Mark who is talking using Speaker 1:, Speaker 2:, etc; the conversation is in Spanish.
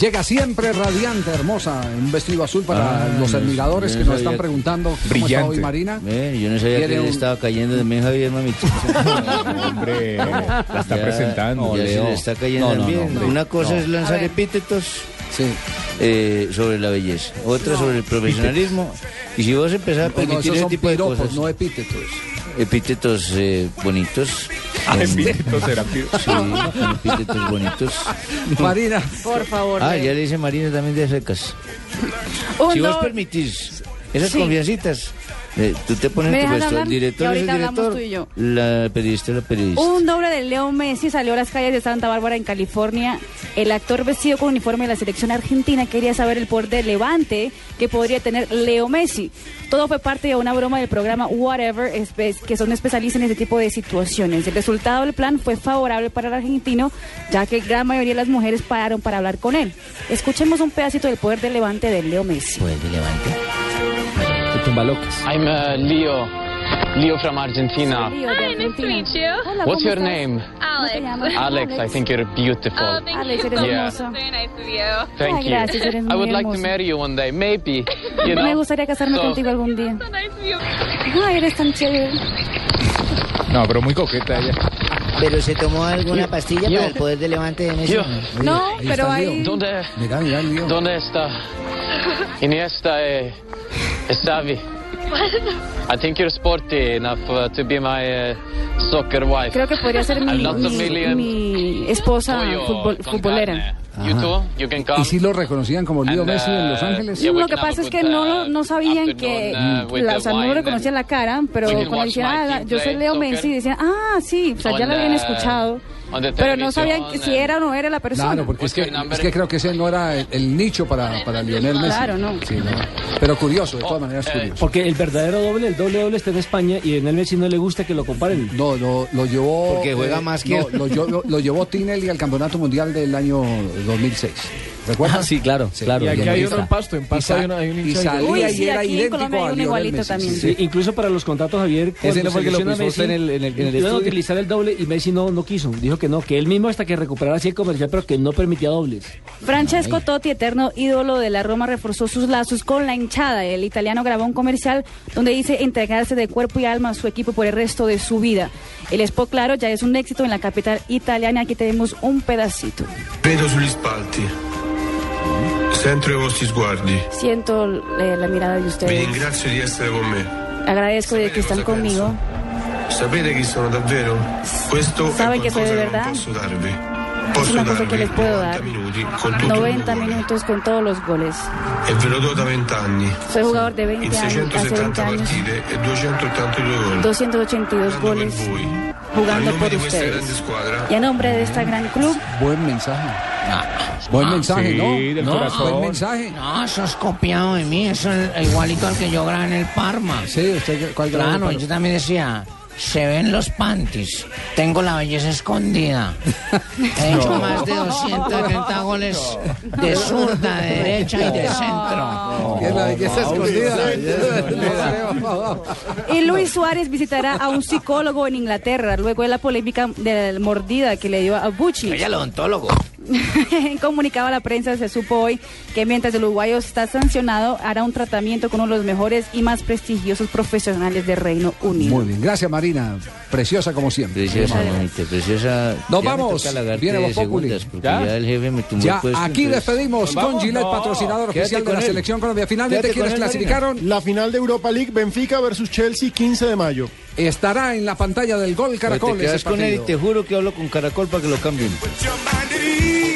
Speaker 1: Llega siempre radiante, hermosa, en un vestido azul para
Speaker 2: Ah,
Speaker 1: los
Speaker 2: no,
Speaker 1: admiradores
Speaker 2: no
Speaker 1: que nos
Speaker 2: sabía
Speaker 1: están
Speaker 2: que-
Speaker 1: preguntando cómo está
Speaker 3: Brillante.
Speaker 1: hoy Marina.
Speaker 2: Ve, yo no sabía
Speaker 1: Tiene
Speaker 2: que
Speaker 1: un-
Speaker 2: le estaba cayendo de mí Javier, mamito.
Speaker 3: Hombre, la está
Speaker 2: Ya-
Speaker 3: presentando.
Speaker 2: Ya se
Speaker 3: Leo.
Speaker 2: le está cayendo
Speaker 3: No, no,
Speaker 2: también.
Speaker 3: no, hombre.
Speaker 2: Una cosa es
Speaker 4: A
Speaker 2: lanzar
Speaker 4: ver.
Speaker 2: epítetos
Speaker 1: Sí.
Speaker 2: eh, sobre la belleza, otra sobre el profesionalismo. Y si vos empezás
Speaker 1: No,
Speaker 2: a
Speaker 1: no,
Speaker 2: permitir
Speaker 1: esos
Speaker 2: ese
Speaker 1: son
Speaker 2: tipo de
Speaker 1: piropos,
Speaker 2: cosas,
Speaker 1: no epítetos.
Speaker 2: epítetos eh, bonitos,
Speaker 3: Ah, bendito será.
Speaker 2: sí, son epítetos bonitos.
Speaker 1: Marina,
Speaker 4: Por favor.
Speaker 2: Ah,
Speaker 4: Leo.
Speaker 2: ya le dice Marina también de secas.
Speaker 4: Un,
Speaker 2: Si vos
Speaker 4: dos-
Speaker 2: permitís esas
Speaker 4: Sí.
Speaker 2: confiancitas, eh, tú te pones
Speaker 4: ¿Me
Speaker 2: en tu
Speaker 4: dejas
Speaker 2: puesto.
Speaker 4: hablar?
Speaker 2: El director
Speaker 4: Y
Speaker 2: es el
Speaker 4: ahorita hablamos
Speaker 2: director.
Speaker 4: tú y yo.
Speaker 2: La periodista es la periodista.
Speaker 4: Un doble de Leo Messi salió a las calles de Santa Bárbara en California. El actor vestido con uniforme de la selección argentina quería saber el poder de levante que podría tener Leo Messi. Todo fue parte de una broma del programa Whatever, espe- que son especialistas en este tipo de situaciones. El resultado del plan fue favorable para el argentino, ya que gran mayoría de las mujeres pararon para hablar con él. Escuchemos un pedacito del poder de levante de Leo Messi.
Speaker 2: Pues, de levante.
Speaker 5: I'm uh, Leo. Leo from Argentina.
Speaker 4: Leo de
Speaker 6: Hi, nice to
Speaker 4: Argentina.
Speaker 6: meet you.
Speaker 4: Hola,
Speaker 5: What's
Speaker 4: ¿cómo
Speaker 5: your
Speaker 4: estás?
Speaker 5: name?
Speaker 4: ¿Cómo te llamas?
Speaker 6: Alex.
Speaker 5: Alex, I think you're
Speaker 6: Oh,
Speaker 5: beautiful.
Speaker 6: thank
Speaker 4: Alex,
Speaker 6: you
Speaker 4: eres
Speaker 6: so
Speaker 5: Yeah.
Speaker 6: much.
Speaker 4: hermosa.
Speaker 6: Very nice of you.
Speaker 5: Thank
Speaker 4: Ay,
Speaker 5: you.
Speaker 4: Um, gracias, eres
Speaker 5: I
Speaker 4: muy
Speaker 5: would like to
Speaker 4: hermoso.
Speaker 5: marry you one day, maybe. You know.
Speaker 4: Me gustaría casarme
Speaker 5: So-
Speaker 4: contigo algún día.
Speaker 6: So nice of you.
Speaker 4: Ay, eres tan chévere.
Speaker 3: No, pero muy coqueta ella.
Speaker 7: Pero se tomó alguna pastilla
Speaker 5: Yo.
Speaker 7: para el poder de levante de Messi.
Speaker 5: Yo.
Speaker 1: Oye,
Speaker 4: No,
Speaker 1: ahí
Speaker 4: pero
Speaker 1: está
Speaker 4: ahí-
Speaker 1: Leo.
Speaker 5: ¿Dónde,
Speaker 1: Mirá, mirá, Leo.
Speaker 5: dónde está Iniesta eh, Xavi? I think you're sporty enough uh, to be my uh, soccer wife.
Speaker 4: Creo que podría ser mi,
Speaker 5: I'm not a
Speaker 4: mi-
Speaker 5: million.
Speaker 4: mi esposa
Speaker 5: Pollo
Speaker 4: futbol-
Speaker 5: con
Speaker 4: futbolera.
Speaker 5: carne. You too? You can come.
Speaker 1: ¿Y si lo reconocían como Leo
Speaker 5: And,
Speaker 1: Messi en Los
Speaker 5: uh,
Speaker 1: Ángeles?
Speaker 5: yeah,
Speaker 4: Lo
Speaker 5: we can
Speaker 4: que
Speaker 5: have
Speaker 4: pasa
Speaker 5: a
Speaker 4: es
Speaker 5: good,
Speaker 4: que no,
Speaker 5: uh,
Speaker 4: no sabían que...
Speaker 5: afternoon, uh, with
Speaker 4: la-
Speaker 5: the
Speaker 4: o sea, no
Speaker 5: wine
Speaker 4: lo
Speaker 5: and-
Speaker 4: reconocían la cara, pero
Speaker 5: We can
Speaker 4: cuando
Speaker 5: watch
Speaker 4: decían,
Speaker 5: my
Speaker 4: ah,
Speaker 5: team
Speaker 4: yo soy
Speaker 5: play
Speaker 4: Leo
Speaker 5: soccer.
Speaker 4: Messi, decían, ah, sí, o sea, ya
Speaker 5: On
Speaker 4: la habían
Speaker 5: the-
Speaker 4: escuchado,
Speaker 5: on the
Speaker 4: pero no sabían
Speaker 5: television
Speaker 4: que si
Speaker 5: and-
Speaker 4: era o no era la persona.
Speaker 1: Claro, porque es
Speaker 5: What's
Speaker 1: que,
Speaker 5: your number?
Speaker 1: es que creo que ese no era el, el nicho para, para Lionel Messi.
Speaker 4: Claro, no.
Speaker 1: Sí, no. Pero curioso, de todas maneras
Speaker 5: eh.
Speaker 1: curioso.
Speaker 8: Porque el verdadero doble, el doble doble está en España y en el Messi no le gusta que lo comparen.
Speaker 1: No, lo, lo llevó. eh,
Speaker 7: Porque juega más que
Speaker 1: no,
Speaker 7: él.
Speaker 1: lo, llevó- lo, llevó Tinelli al Campeonato Mundial del año 2006. ¿Recuerdas?
Speaker 9: Ah, sí, claro, claro,
Speaker 1: Y
Speaker 9: Y
Speaker 1: aquí
Speaker 9: aquí hay
Speaker 1: un
Speaker 9: uno en
Speaker 1: pasto, en pasto hay, un Y salía
Speaker 4: Uy, sí,
Speaker 1: y era
Speaker 4: aquí en
Speaker 1: idéntico
Speaker 4: Colombia hay
Speaker 1: a
Speaker 4: uno
Speaker 1: Lionel
Speaker 4: igualito
Speaker 1: Messi,
Speaker 4: también.
Speaker 1: sí, sí.
Speaker 8: Sí, incluso para los contratos, Javier, cuando
Speaker 9: Ese no fue el que lo
Speaker 8: selecciona
Speaker 9: puso usted en el- en el- en el
Speaker 8: iban a
Speaker 9: estudio.
Speaker 8: utilizar el doble y Messi no, no quiso. Dijo que no, que él mismo hasta que recuperara así el comercial, pero que no permitía dobles.
Speaker 4: Francesco Totti, eterno ídolo de la Roma, reforzó sus lazos con la hinchada. El italiano grabó un comercial donde dice entregarse de cuerpo y alma a su equipo por el resto de su vida. El spot, claro, ya es un éxito en la capital italiana. Aquí tenemos un pedacito.
Speaker 10: Vedo sugli spalti. Sento i vostri sguardi.
Speaker 4: Siento eh, la mirada de
Speaker 10: Vi
Speaker 4: ustedes.
Speaker 10: ringrazio di essere con me.
Speaker 4: Agradezco de que están conmigo.
Speaker 10: Sapete chi sono davvero? Questo
Speaker 4: Saben
Speaker 10: è
Speaker 4: che sono
Speaker 10: qualcosa che non
Speaker 4: verdad?
Speaker 10: posso darvi.
Speaker 4: Es
Speaker 10: Posso
Speaker 4: una cosa que
Speaker 10: darvi
Speaker 4: les puedo
Speaker 10: 90
Speaker 4: dar.
Speaker 10: minuti con tutto il
Speaker 4: 90
Speaker 10: cuore.
Speaker 4: minutos con todos los goles.
Speaker 10: E ve lo do da 20 anni.
Speaker 4: Soy jugador de
Speaker 10: In
Speaker 4: 20 años, hace 20
Speaker 10: 670
Speaker 4: años.
Speaker 10: partite e 282 gol.
Speaker 4: 282
Speaker 10: Giocando per
Speaker 4: goles
Speaker 10: voi.
Speaker 4: jugando
Speaker 10: A nome
Speaker 4: por
Speaker 10: di questa grande
Speaker 4: ustedes.
Speaker 10: squadra.
Speaker 4: Y a nombre de este gran club,
Speaker 1: Buen mensaje.
Speaker 2: Ah,
Speaker 1: Buen mensaje,
Speaker 3: sí,
Speaker 1: ¿no?
Speaker 3: del
Speaker 1: No,
Speaker 3: corazón.
Speaker 1: Buen mensaje.
Speaker 7: No, eso es copiado de mí. Eso es igualito al que yo grabé en el Parma.
Speaker 1: Sí, usted, ¿cuál grabó?
Speaker 7: Claro, pues yo también decía, se ven los panties, tengo la belleza escondida. He hecho más de 230 goles de zurda, de derecha y de centro.
Speaker 1: Que la belleza escondida.
Speaker 4: Y Luis Suárez visitará a un psicólogo en Inglaterra luego de la polémica de la mordida que le dio a Bucci.
Speaker 7: Soy el odontólogo.
Speaker 4: Comunicado a la prensa se supo hoy que mientras el uruguayo está sancionado hará un tratamiento con uno de los mejores y más prestigiosos profesionales del Reino Unido.
Speaker 1: Muy bien, gracias Marina. Preciosa como siempre.
Speaker 2: Preciosa, mamita, preciosa.
Speaker 1: Nos
Speaker 2: Ya me
Speaker 1: vamos.
Speaker 2: toca la
Speaker 1: Viene
Speaker 2: de
Speaker 1: Voz Populi.
Speaker 2: segundas, porque
Speaker 3: ¿Ya?
Speaker 2: ¿Ya? el jefe me tumbó
Speaker 1: Ya
Speaker 2: el puesto,
Speaker 1: aquí
Speaker 2: entonces-
Speaker 1: despedimos
Speaker 3: Nos
Speaker 1: con
Speaker 3: vamos,
Speaker 1: Gillette,
Speaker 3: no.
Speaker 1: patrocinador
Speaker 2: Quédate
Speaker 1: oficial de
Speaker 2: con
Speaker 1: la
Speaker 2: él.
Speaker 1: selección Colombia. Finalmente,
Speaker 2: Quédate con
Speaker 1: ¿quiénes
Speaker 2: él, Marina.
Speaker 1: clasificaron?
Speaker 11: La final de Europa League, Benfica versus Chelsea, 15 de mayo.
Speaker 1: Estará en la pantalla del Gol
Speaker 2: Pero
Speaker 1: Caracol.
Speaker 2: pues Te quedas
Speaker 1: ese
Speaker 2: con él y
Speaker 1: partido.
Speaker 2: te juro que hablo con Caracol para que lo cambien.
Speaker 10: Put your mind at ease.